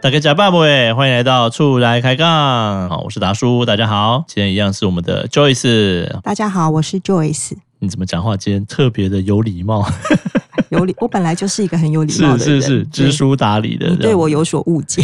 大家假爸爸，欢迎来到处来开杠。好，我是达叔，大家好。今天一样是我们的 Joyce，大家好，我是 Joyce。你怎么讲话？今天特别的有礼貌，有礼， 我本来就是一个很有礼 是貌的是人，是，知书达理的对。人。你对我有所误解，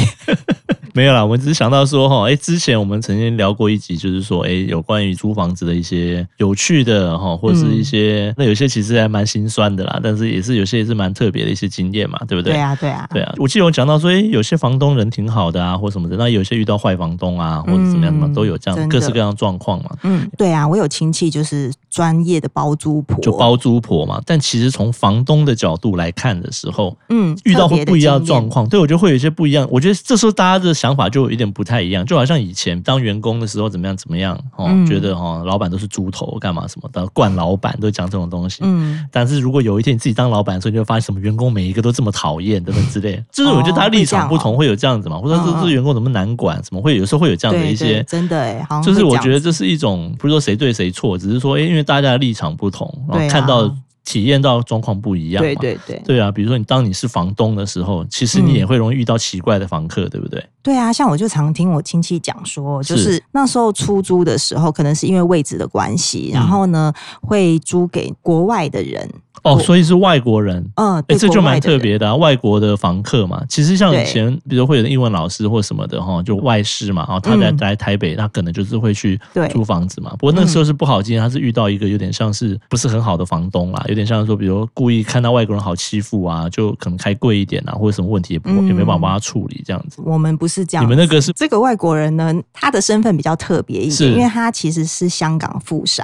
没有啦，我只是想到说哈，哎，之前我们曾经聊过一集，就是说，哎，有关于租房子的一些有趣的哈，或者是一些、那有些其实还蛮心酸的啦，但是也是有些也是蛮特别的一些经验嘛，对 不对？对啊，对啊，对啊，我记得我讲到说，哎，有些房东人挺好的啊，或什么的，那有些遇到坏房东啊，或者怎么样嘛，嗯都有这样真的各式各样的状况嘛，嗯，对啊，我有亲戚就是专业的包租婆，就包租婆嘛。但其实从房东的角度来看的时候，嗯，遇到特会别的不一样的经验状况，对我觉得会有一些不一样。我觉得这时候大家的想法就有一点不太一样，就好像以前当员工的时候怎么样怎么样，哦，嗯觉得哦老板都是猪头干嘛什么的，惯老板都讲这种东西。嗯，但是如果有一天你自己当老板的时候，你就会发现什么员工每一个都这么讨厌等等之哦类的，就是我觉得他立场不同会有这样子嘛，或者嗯这嗯这员工怎么难管，怎么会有时候会有这样的对一些对，真的哎，好像就是会我这样觉得子这是一种不是说谁对谁错，只是说，诶，因为大家的立场不同，然后对啊看到、体验到的状况不一样嘛。对嗯对对对啊，比如说你当你是房东的时候，其实你也会容易遇到奇怪的房客，对不对？对啊，像我就常听我亲戚讲说，就是是那时候出租的时候，可能是因为位置的关系，嗯然后呢会租给国外的人，哦，我所以是外国人。嗯、哎，对，这就国外蛮的人特别的、啊，外国的房客嘛，其实像以对前，比如会有英文老师或什么的哈，就外师嘛，然后哦他来嗯来台北，他可能就是会去对嗯租房子嘛。不过那个时候是不好经验，他是遇到一个有点像是不是很好的房东啦，有点像是说，比如故意看到外国人好欺负啊，就可能开贵一点啊，或者什么问题也不也没办法帮他处理这样子。我们不是嗯这样你子，们那个是这个外国人呢，他的身份比较特别一是点，因为他其实是香港富商。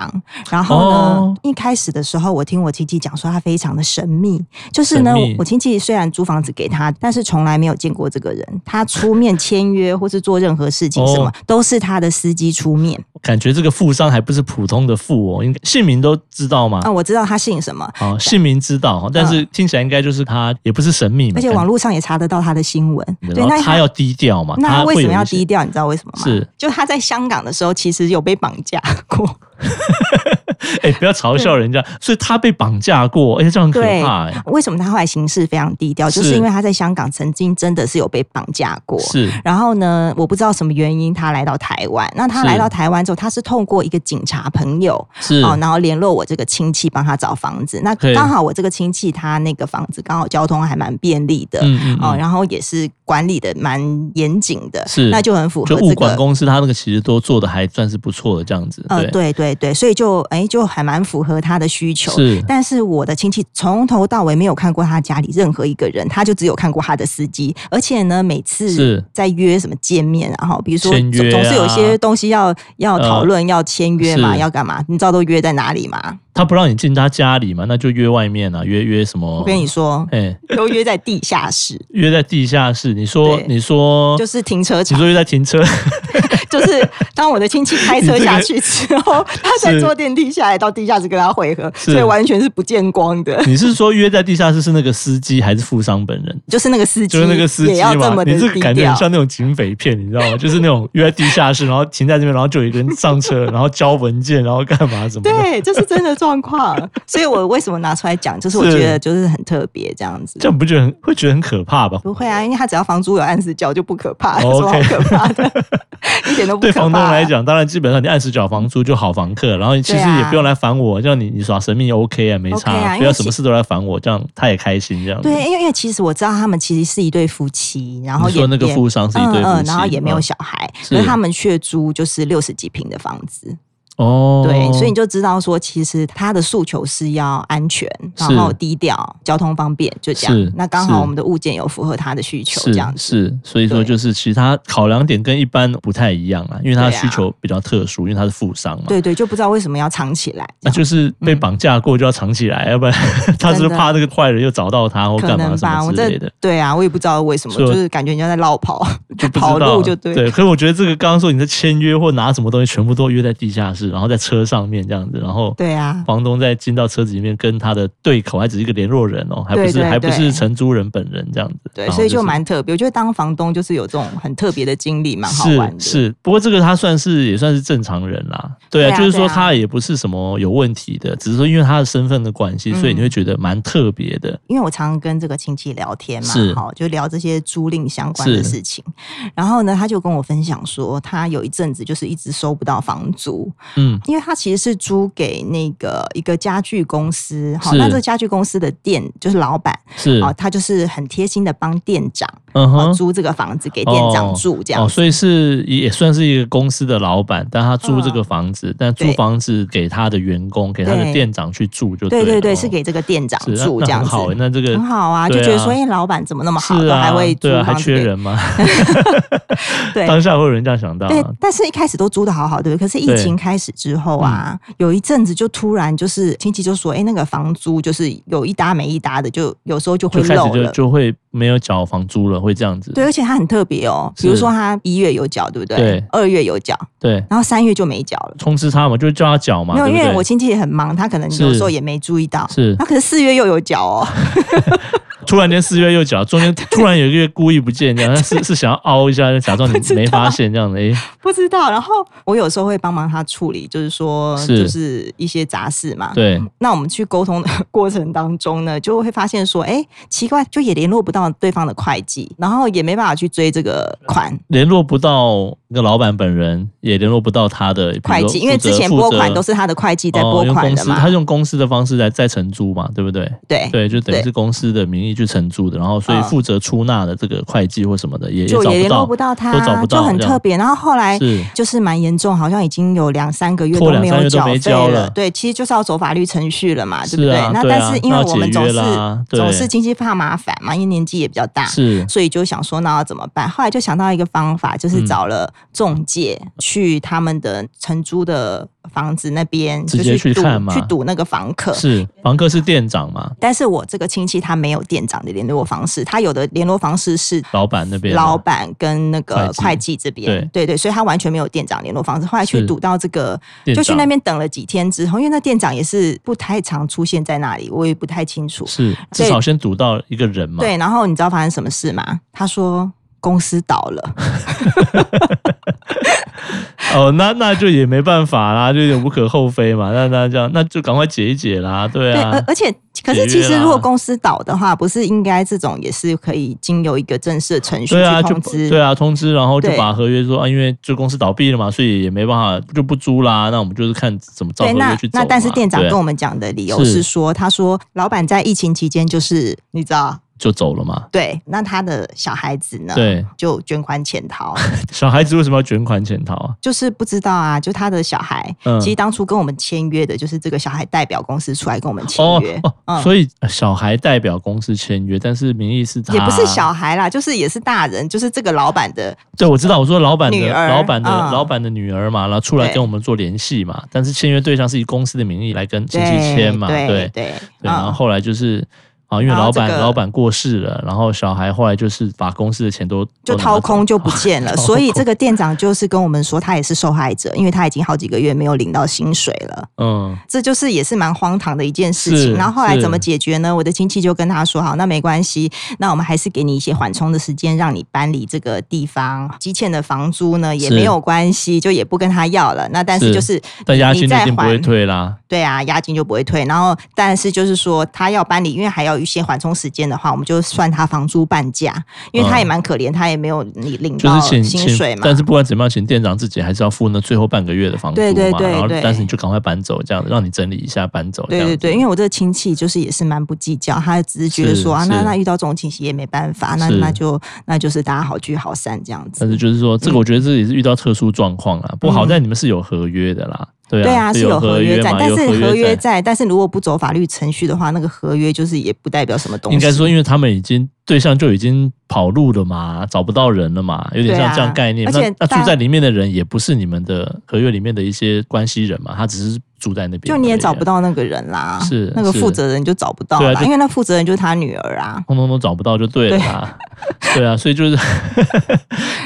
然后呢，哦一开始的时候，我听我亲戚讲说他非常的神秘，就是呢神秘，我亲戚虽然租房子给他，但是从来没有见过这个人。他出面签约或是做任何事情，什么、哦都是他的司机出面。感觉这个富商还不是普通的富哦，应该姓名都知道嘛啊、。我知道他姓什么，哦，姓名知道，但是听起来应该就是他也不是神秘嘛，嗯而且网络上也查得到他的新闻。感觉对，嗯然那后他要低调嘛，那他为会什有么要一些低？调？你知道为什么吗？是，就他在香港的时候，其实有被绑架过。哎，不要嘲笑人家，所以他被绑架过，哎，这样很可对怕，哎，为什么他后来行事非常低调？就是是因为他在香港曾经真的是有被绑架过。是然后呢，我不知道什么原因他来到台湾。那他是来到台湾之后，他是透过一个警察朋友是哦，然后联络我这个亲戚帮他找房子。那对刚好我这个亲戚他那个房子刚好交通还蛮便利的。嗯嗯哦，嗯，然后也是管理的蛮严谨的，是那就很符合就这物个管公司他那个其实都做的还算是不错的这样子，呃，对，对对对，所以就哎就还蛮符合他的需求，是但是我的亲戚从头到尾没有看过他家里任何一个人，他就只有看过他的司机，而且呢，每次是在约什么见面啊，然后比如说签约啊啊总总是有些东西要要讨论、要签约嘛，是要干嘛？你知道都约在哪里吗？他不让你进他家里嘛，那就约外面啊，约约什么？我跟 你说，哎，都约在地下室，约在地下室，你说对你说就是停车哦你场，说约在停车， 就是当我的亲戚开车下去之 后， 他再是坐电梯下来到地下室跟他会合，是所以完全是不见光的。你是说约在地下室是那个司机还是富商本人？就是那个司机，就是那个司也机要这嘛，么的你这低感觉调很。像那种警匪片，你知道吗？ 就是那种约在地下室，然后停在这边，然后就有一个人上 车，然后交文件，然后干嘛什么的。对，这是真的状 况。所以我为什么拿出来讲，就是我是觉得就是很特别这样子这。样不觉得很会觉得很可怕吧？不会啊，因为他只要房租有按时缴就不可怕，有哦什么好 OK 可怕的？ 一点都不对可怕。房东来，讲，当然基本上你按时缴房租就好房客，然后你其实对啊也不用来烦我，这样你你耍神秘 OK 啊，没差 OK 啊因为不要什么事都来烦我，这样他也开心这样子。对，因为因为其实我知道他们其实是一对夫妻，然后你也说那个也富商是一对嗯夫嗯，妻，然后也没有嗯小孩，是可是他们却租就是六十几平的房子。哦，对，所以你就知道说，其实他的诉求是要安全，然是后低调、交通方便，就这是样。那刚是好我们的物件有符合他的需求，是这样哦子。是，所以说对就是其他考量点跟一般不太一样啊，因为他的对啊需求比较特殊，因为他是富商嘛。对对，就不知道为什么要藏起来，那就是被绑架过就要藏起来，要不 然他是不是嗯真的怕那个坏人又找到他或可干嘛能什吧？么我之这类的，对啊，我也不知道为什么，所以我就是感觉人家在绕跑就不知跑道路就对。对，可是我觉得这个刚刚说你在签约或拿什么东西，全部都约在地下室，室，然后在车上面这样子，然后 对啊，房东再进到车子里面跟他的对口，还只是一个联络人哦，还不是对对还不是对承租人本人这样子，对，然后所以就是蛮特别。我觉得当房东就是有这种很特别的经历，蛮好玩的。是是，不过这个他算是也算是正常人啦。对啊，对啊就是对说啊他也不是什么有问题的，只是说因为他的身份的关嗯系，所以你会觉得蛮特别的。因为我常常跟这个亲戚聊天嘛是，好就聊这些租赁相关的是事情。然后呢，他就跟我分享说，他有一阵子就是一直收不到房租，嗯，因为他其实是租给那个一个家具公司，好，是那这个家具公司的店就是老板，是，哦，他就是很贴心的帮店长嗯哦哼，租这个房子给店长住这样哦，子。所以是也算是一个公司的老板，但他租这个嗯房子，但租对房子给他的员工，给他的对店长去住就对对对了对，哦是给这个店长是那住那这样很子，好欸，那这个很好啊，就对觉得啊说，哎，老板怎么那么好，是都啊，还会租对啊，还房子缺给人吗？ 对当下会有人这样想到啊，对，但是一开始都租的好好的，可是疫对嗯情开始之后啊，有一阵子就突然就是亲戚就说，哎、那个房租就是有一搭没一搭的，就有时候就会就开始漏就了。就会没有缴房租了，会这样子。对，而且它很特别哦，比如是说他一月有缴，对不对？对二月有缴，对，然后三月就没缴了。通知他嘛，就叫他缴嘛，没有，对因不为对我亲戚也很忙，他可能有是时候也没注意到。是 那可是四月又有缴哦，突然间四月又缴，中间突然有一个月故意不见，这 样是是想要凹一下，就假装你不知道没发现这样的。哎、不知道。然后我有时候会帮忙他处理，就是说，是就是一些杂事嘛。 对，那我们去沟通的过程当中呢，就会发现说，哎，奇怪，就也联络不到对方的会计，然后也没办法去追这个款联络不到那个老板本人，也联络不到他的比如会说计，因为负责之前拨款都负责是他的会计在拨哦用款公的司，嘛，他用公司的方式来再承租嘛，对不对？对。对，就等于对是公司的名义去承租的，然后所以嗯负责出纳的这个会计或什么的也也就找也不联络到，不到哎他，都找不到就很这样特别。然后后来是就是蛮严重，好像已经有两三个月拖都两没三有月都缴没费交了。了对，其实就是要走法律程序了嘛，对不是对？啊那对但啊是因那为要我们解总约是啦对总是经济怕麻烦嘛，因为年纪也比较大，是所以就想说那要怎么办？后来就想到一个方法，就是找了中介去他们的承租的房子那边，直就接去去堵看嘛去堵那个房客。是房客是店长嘛，但是我这个亲戚他没有店长的联络方式，他有的联络方式是老板那边嘛老板跟那个会计会计这边，对对，所以他完全没有店长联络方式。后来去是堵到这个，店就去那长边等了几天之后，因为那店长也是不太常出现在那里，我也不太清楚。是至对少先堵到一个人嘛，对，然后你知道发生什么事吗？他说公司倒了。哦，那那就也没办法啦，就有点无可厚非嘛。那那这样，那就赶快解一解啦，对对，呃啊而，而且可解是其约实啦如果公司倒的话，不是应该这种也是可以经由一个正式的程序对啊，去就通知？对啊，通知，然后就对把合约说啊，因为这公司倒闭了嘛，所以也没办法就不租啦。那我们就是看怎么照合约对，那去走嘛。那但是店长对啊跟我们讲的理由是是说，他说老板在疫情期间就是你知道，就走了嘛。对，那他的小孩子呢，对，就捐款潜逃，小孩子为什么要卷款潜逃啊？就是不知道啊，就他的小孩，嗯其实当初跟我们签约的就是这个小孩代表公司出来跟我们签哦约，哦，嗯所以小孩代表公司签约，但是名义是他，也不是小孩啦，就是也是大人，就是这个老板的对，我知道，我说老板的女儿老板的、嗯老板的女儿嘛，然后出来对跟我们做联系嘛，但是签约对象是以公司的名义来跟亲戚签嘛，对对对对，对，然后嗯后来就是啊，因为然后老板这个老板过世了，然后小孩后来就是把公司的钱都就掏空就不见 掏了，空所以这个店长就是跟我们说，他也是受害者，因为他已经好几个月没有领到薪水了，都拿走嗯，这就是也是蛮荒唐的一件事是情。然后后来是怎么解决呢？我的亲戚就跟他说，好，那没关系，那我们还是给你一些缓冲的时间，让你搬离这个地方，积欠的房租呢也是没有关系，就也不跟他要了。那但是是就是但押金你一再定不会还退啦，对啊，押金就不会退。然后，但是就是说他要搬离，因为还要有一些缓冲时间的话，我们就算他房租半价，因为他也蛮可怜，他也没有你领嗯就到是请薪水请，嘛。但是不管怎么样，请店长自己还是要付那最后半个月的房租嘛，对对对然后对但是你就赶快搬走，这样子让你整理一下搬走，这对样对子对，因为我这个亲戚就是也是蛮不计较，他只是觉得说啊，是那是那遇到这种情形也没办法，那是那就那就是大家好聚好散这样子但。是就是说，这个我觉得这也是遇到特殊状况啦，不好在你们是有合约的啦，对啊，嗯对啊，是有合约在嘛，，但有是合合在。约在，但是如果不走法律程序的话，那个合约就是也不代表什么东西。应该说，因为他们已经对象就已经跑路了嘛，找不到人了嘛，有点对像啊这样概念。而那且那大住在里面的人也不是你们的合约里面的一些关系人嘛，他只是住在那边而已啊，就你也找不到那个人啦，是那个是负责人就找不到对啊啦，就因为那负责人就是他女儿 啊。啊通通都找不到就对了啦。对啊，所以就是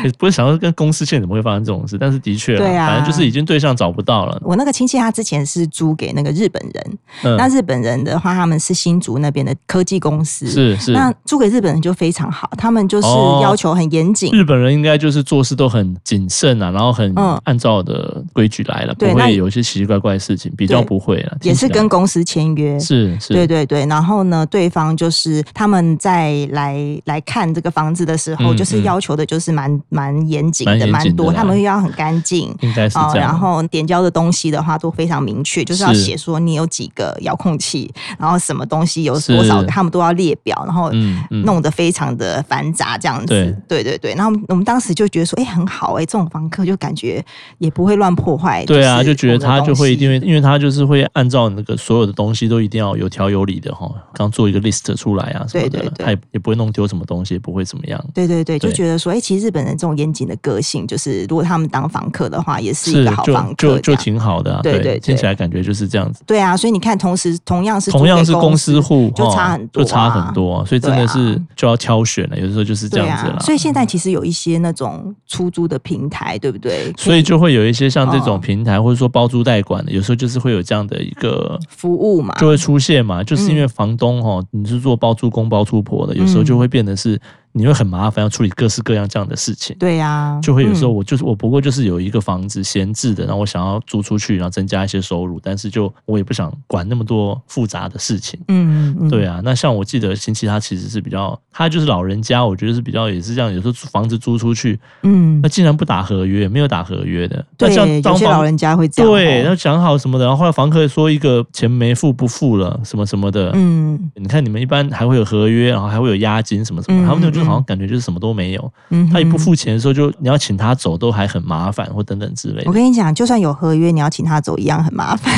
也不会想到跟公司现在怎么会发生这种事，但是的确啦，对啊反正就是已经对象找不到了。我那个亲戚他之前是租给那个日本人，嗯，那日本人的话，他们是新竹那边的科技公司，是是，那租给日本人就非常好，他们就是哦要求很严谨。日本人应该就是做事都很谨慎啊，然后很嗯按照的规矩来了，对不那会有一些奇奇怪怪的事情，比较对不会了。也听起是来跟公司签约。是是，对对对，然后呢，对方就是他们在来来看这个房子的时候，嗯就是嗯要求的就是蛮蛮严谨蛮的，严蛮谨的多，啦他们要很干净。应该是哦，这样。然后点交的东西的话都非常明确，就是要是写说你有几个遥控器，然后什么东西有是多少，他们都要列表，然后嗯嗯，弄得非常的繁杂这样子。对对对对，然后我们我们当时就觉得说，哎、很好哎、诶这种房客就感觉也不会乱破坏。对啊，是就觉得我们的他就东会西一定会，因为他就是会按照那个所有的东西都一定要有条有理的哈，刚做一个 list 出来啊什么的，对对对他也也不会弄丢什么东西，也不会怎么样。对对对，就对觉得说，哎、其实日本人这种严谨的个性，就是如果他们当房客的话，也是一个好就房就客这就样。挺好的啊，对对对听起来感觉就是这样子。对啊，所以你看，同时同样是同样是租给公公司户，就哈差很多就差啊很多啊，所以真对的啊是就要挑选了。有的时候就是这对样子啊啦，，嗯所以现在其实有一些那种出租的平台，对不对？可所以就会有一些像这种嗯平台，或者说包租代管的，有时候就是会有这样的一个服务嘛，就会出现嘛，就是嗯因为房东哦，你是做包租公包租婆的，有时候就会变得是你会很麻烦，要处理各式各样这样的事情。对啊，就会有时候嗯我就是我不过就是有一个房子闲置的，然后我想要租出去，然后增加一些收入，但是就我也不想管那么多复杂的事情。嗯嗯嗯，对啊，那像我记得亲戚他其实是比较，他就是老人家，我觉得是比较也是这样，有时候租房子租出去，嗯那，竟然不打合约，没有打合约的，那对这样，有当些老房人家会这样哦，对，那讲好什么的，然后后来房客说一个钱没付不付了什么什么的，嗯你看你们一般还会有合约，然后还会有押金什么什么，嗯他们那种就嗯好像感觉就是什么都没有，嗯，他一不。付钱的时候就你要请他走都还很麻烦或等等之类我的，跟你讲，就算有合约，你要请他走一样很麻烦。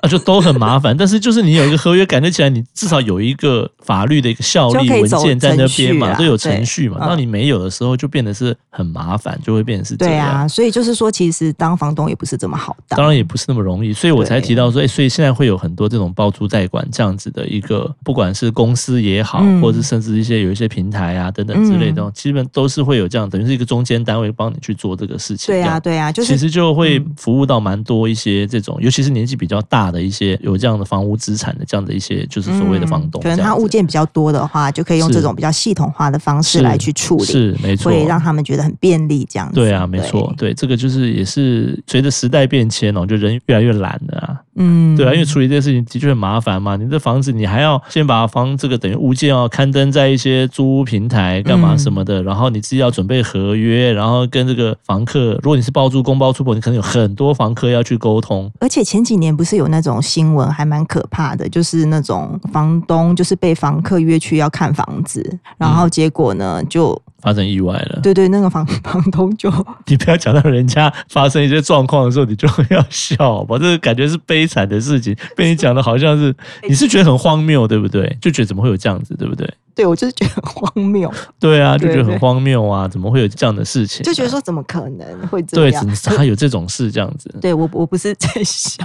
啊就都很麻烦。但是就是你有一个合约，感觉起来你至少有一个法律的一个效就力可以文走件在那边嘛，程序啦都有程序嘛。对嗯当你没有的时候，就变得是很麻烦，就会变成是这对样。啊，所以就是说，其实当房东也不是这么好当。当然也不是那么容易，所以我才提到说，哎、所以现在会有很多这种包租代管这样子的一个，不管是公司也好，嗯或者是甚至一些有一些平台啊等等之类的，基本都是会有这样，等于是一个中间单位帮你去做这个事情。对这啊，样。对啊，就其是实就会服务到蛮多一些这种，尤其是年纪比较大的一些有这样的房屋资产的这样的一些，就是所谓的房东这嗯可样能子，他物件比较多的话，就可以用是这种比较系统化的方式是来去处理，是没错，所以让他们觉得很便利这样子。对啊，没错，，对这个就是也是随着时代变迁哦，就人越来越懒了啊，嗯，对啊，因为处理这件事情的确很麻烦嘛。你这房子你还要先把房这个等于物件要刊登在一些租屋平台干嘛嗯什么的，然后你自己要准备合约，然后跟这个房客，如果你是包租公包租婆，你可能有很多房客要去沟通。而且前几年不是有那种新闻，还蛮可怕的，就是那种房东就是被房客约去要看房子，嗯然后结果呢，就发生意外了，对对，那个房房东就 你不要讲到人家发生一些状况的时候，你就 要笑吧，这个感觉是悲惨的事情，被你讲的好像 是，你是觉得很荒谬，对不对？就觉得怎么会有这样子，对不对？对我就是觉得很荒 谬，对啊，就对觉得很对荒谬啊，怎么会有这样的事情、啊就觉得，说怎么可能会这对，样怎？么咋有这种事这样子？对我我不是在想，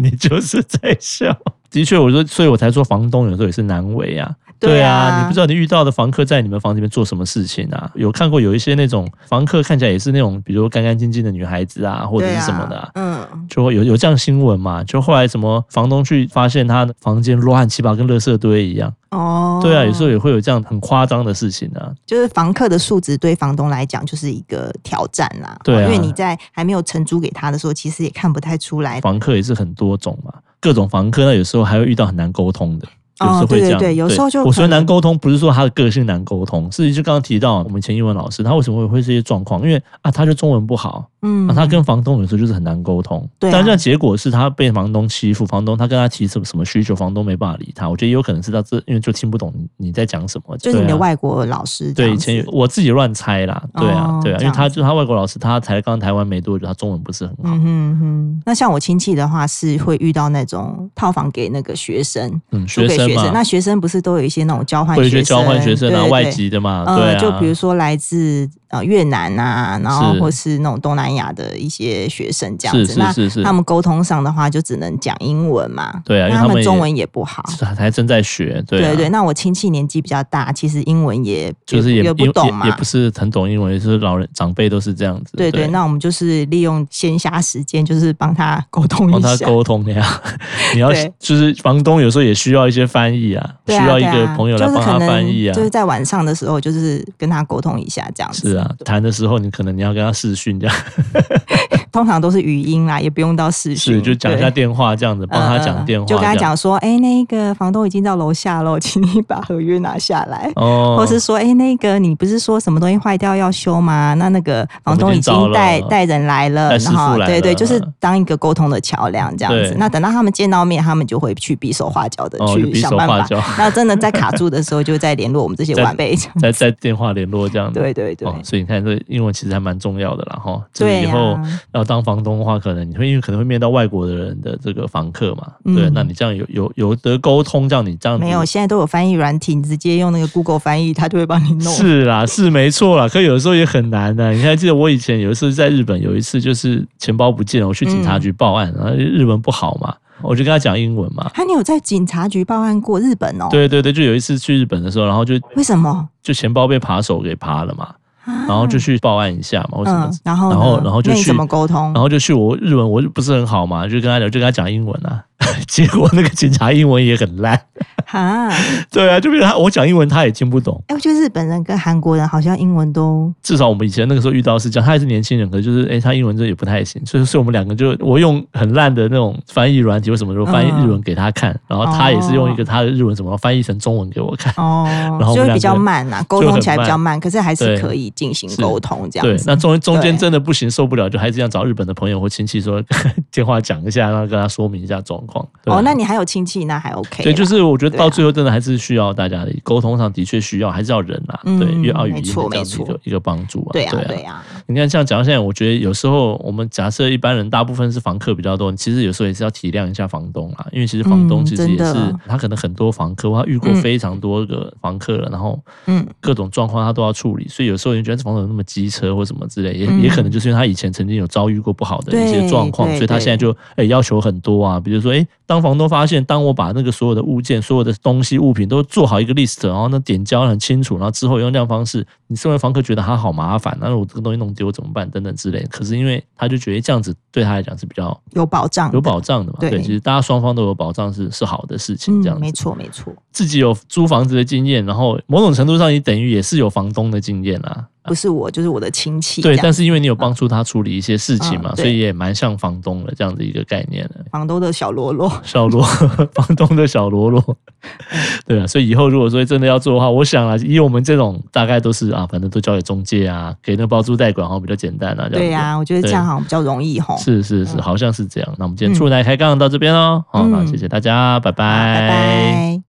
你就是在笑。的确，我说，所以我才说房东有时候也是难为啊。对啊，你不知道，道你遇到的房客在你们房子里面做什么事情啊？有看过有一些那种房客看起来也是那种，比如干干净净的女孩子啊，或者是什么的、啊。对啊嗯。就会有有这样新闻嘛？就后来什么房东去发现他的房间乱七八跟垃圾堆一样，哦，对啊，有时候也会有这样很夸张的事情啊。就是房客的素质对房东来讲就是一个挑战啦。对啊因为你在还没有承租给他的时候，其实也看不太出来。房客也是很多种嘛，各种房客，那有时候还会遇到很难沟通的。有哦时候会这样，对对对有时候就我说可能难沟通，不是说他的个性难沟通，是就刚刚提到我们前英文老师，他为什么会会这些状况？因为啊，他就中文不好，嗯啊，他跟房东有时候就是很难沟通。对啊但这样结果是他被房东欺负，房东他跟他提什么什么需求，房东没办法理他。我觉得也有可能是他这因为就听不懂你你在讲什么，就是你对的啊外国老师这对，以样子，前有我自己乱猜啦，对啊哦，对啊，因这为样他子就是他外国老师，他才刚台湾没多久，他中文不是很好嗯，哼嗯哼，那像我亲戚的话，是会遇到那种套房给那个学生，嗯，租给生学嘛，生。那学生不是都有一些那种交换会有一学些生，交换学生啊，对外。籍的嘛，对对呃，啊，就比如说来自呃越南啊，然后是或是那种东南亚的一些学生这样是子。是是是那他，们沟通上的话，就只能讲英文嘛。对啊，因为那他们们也中文也不好。是还正在学，对啊对那我亲戚年纪比较大，其实英文也就是也也因不懂也嘛也。不是很懂英文，也是老人长辈都是这样子，对对对，那我们就是利用闲暇时间，就是帮他沟通帮一他下。沟通呀， 你要对就是房东有时候也需要一些翻译啊，需对啊要一对个啊朋友来就是帮可他能翻译啊就，是在晚上的时候，就是跟他沟通一下这样子。是啊，谈的时候你可能你要跟他视讯这样，通常都是语音啦，也不用到视是讯，就讲一下对。嗯电话这样子，帮他讲电话，就跟他，讲说，哎、那个房东已经到楼下了，请你把合约拿下来，哦，或是说，哎、那个你不是说什么东西坏掉要修吗？那那个房东我已们已经经带找了带人来了，带师然傅后来对对，了就是当一个沟通的桥梁这样子对。那等到他们见到面，他们就会去比手画脚的哦就去比想手办画法脚。 那真的在卡住的时候，就再联络我们这些再晚辈这样。 在在电话联络这样子，对对对啊哦，所以你看，这英文其实还蛮重要的啦，哈。就是对以呀后嗯要当房东的话，可能你会因为可能会面到外国的人的这个房客嘛，嗯对，那你这样有有有得沟通，这样你这样子没有，现在都有翻译软体，你直接用那个 Google 翻译，它就会帮你弄。是啦，是没错啦，可有的时候也很难的、你还记得我以前有一次在日本，有一次就是钱包不见了，我去警察局报嗯案，然后日文不好嘛，我就跟他讲英文嘛。啊，你有在警察局报案过日本哦？，对对对，就有一次去日本的时候，然后就为什么？就钱包被扒手给扒了嘛，然然后就去报案一下哦嘛，为什么啊嗯？，然后然呢后然后就那你去哦怎么沟通然？后就去我日文我不是很好嘛，就跟他聊，就跟他讲英文啊。 结果那个警察英文也很烂，哈，哎、对啊，就比如他我讲英文他也听不懂。我觉得日本人跟韩国人好像英文都至少我们以前那个时候遇到是这样，他也是年轻人，可是就是诶，他英文这也不太行，所以所以我们两个就我用很烂的那种翻译软体或什么的，我翻译嗯日文给他看，然后他也是用一个他的日文什么翻译成中文给我看。哦后我，们就两会个比较慢呐、沟就通很起来比较慢，可是还对是可以进行是沟通这样对子，。哦那中中间对真的不行，受不了，就还是要找日本的朋友或亲戚说电话讲一下，然后跟他说明一下状况。对啊哦，那你还有亲戚，那还 OK 啦。对，就是我觉得对到啊最后真的还是需要大家的沟通上的确需要，还是要人啊，嗯对，越要语没音的错这样没子一错个一个帮助啊，对啊，啊对啊，你看，像讲到现在，我觉得有时候我们假设一般人大部分是房客比较多，其实有时候也是要体谅一下房东啦，因为其实房东嗯其实也真是、的他可能很多房客，他遇过嗯非常多个房客了，然后嗯，各种状况他都要处理，所以有时候你觉得这房东有那么机车或什么之类，也、嗯也可能就是因为他以前曾经有遭遇过不好的一些对状况，对所以他现在就诶、要求很多啊，比如说诶、当房东发现当我把那个所有的物件、所有的东西物品都做好一个 list，然后那点交很清楚，然后之后用那样方式，你身为房客觉得他好麻烦，那我这个东西弄丢怎么办等等之类，可是因为他就觉得这样子对他来讲是比较有保障，有保，障的嘛，对对，其实大家双方都有保障是是好的事情，嗯这样，子，没错没错，自己有租房子的经验，然后某种程度上你等于也是有房东的经验啦。不是我就是我的亲戚啊这对，样，但是因为你有帮助他处理一些事情嘛，嗯对所以也蛮像房东的这样的一个概念的。房东的小喽啰。小罗， 房东的小罗罗，对啊，所以以后如果说真的要做的话，我想啊，以我们这种大概都是啊，反正都交给中介啊，给那包租代管好像比较简单啊，这样子对呀、我觉得这样好像比较容易吼。是是是，好像是这样。那我们今天嗯出来开杠到这边喽，好，那嗯谢谢大家，拜好拜拜。